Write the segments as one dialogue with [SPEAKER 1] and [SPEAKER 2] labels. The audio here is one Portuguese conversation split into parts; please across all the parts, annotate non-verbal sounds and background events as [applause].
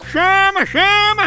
[SPEAKER 1] chama, chama!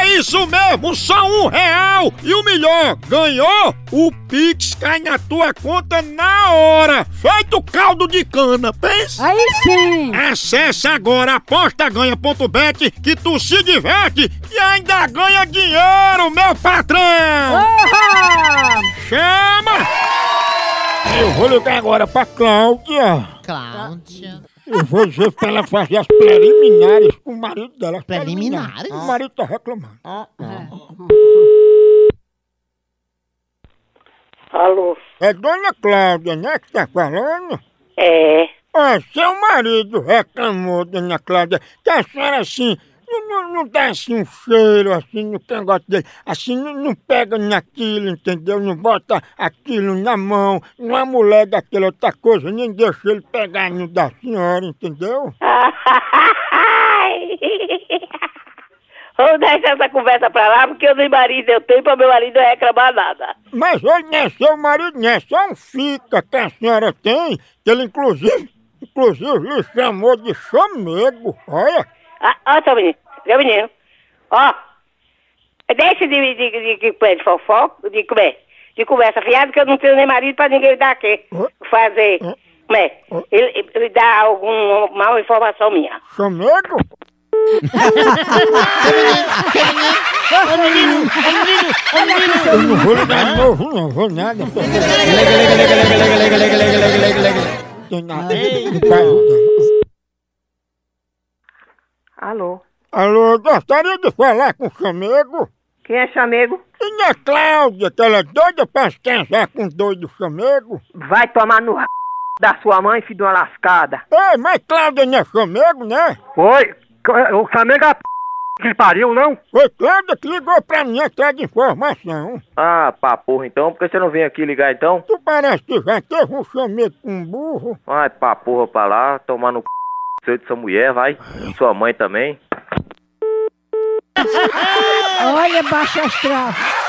[SPEAKER 1] É isso mesmo, só um real! E o melhor, ganhou? O Pix cai na tua conta na hora! Feito caldo de cana, pensa!
[SPEAKER 2] Aí sim!
[SPEAKER 1] Acesse agora apostaganha.bet que tu se diverte e ainda ganha dinheiro, meu patrão!
[SPEAKER 2] Oba!
[SPEAKER 1] Chama! Eu vou ligar agora pra Cláudia.
[SPEAKER 3] Cláudia.
[SPEAKER 1] Eu vou dizer pra ela fazer as preliminares com o marido dela. As
[SPEAKER 3] Preliminares?
[SPEAKER 1] O marido tá reclamando.
[SPEAKER 4] Alô?
[SPEAKER 1] É dona Cláudia, né, que tá falando?
[SPEAKER 4] É. [laughs]
[SPEAKER 1] Ó, seu marido reclamou, dona Cláudia, que a senhora assim, não, não, não dá assim um cheiro, assim, no cangote dele, assim, não, não pega naquilo, entendeu? Não bota aquilo na mão, não é mulher daquela outra coisa, nem deixa ele pegar no da senhora, entendeu?
[SPEAKER 4] Vamos deixar essa conversa pra lá, porque eu nem marido eu tenho pra meu marido não reclamar nada.
[SPEAKER 1] Mas ele não é seu marido, não é só um fica que a senhora tem, que ele inclusive, inclusive lhe chamou de chamego, olha.
[SPEAKER 4] Ah, ó, seu menino, meu menino, ó, deixa de, de, de, de, comer de fofoca, de comer, de conversa fiada, que eu não tenho nem marido pra ninguém dar aqui, fazer, como é, ele, ele dar alguma mal informação minha.
[SPEAKER 1] Chamego? Eu não vou ligar de novo, não vou nada. Tem nada.
[SPEAKER 4] Alô?
[SPEAKER 1] Alô, gostaria de falar com o chamego?
[SPEAKER 4] Quem é chamego?
[SPEAKER 1] E na Cláudia, que ela é doida pra se casar com o doido chamego?
[SPEAKER 4] Vai tomar no r... da sua mãe, filho de uma lascada.
[SPEAKER 1] Ei, mas Cláudia não é chamego, né?
[SPEAKER 5] Oi, c- o Flamengo é a p... que pariu, não?
[SPEAKER 1] Foi Cláudia que ligou pra mim atrás de informação.
[SPEAKER 6] Ah, pra porra então, por que você não vem aqui ligar então?
[SPEAKER 1] Tu parece que já teve um chamego com um burro.
[SPEAKER 6] Vai pra porra pra lá, tomar no c... seu de sua mulher, vai. Sua mãe também.
[SPEAKER 2] Olha, baixa astral!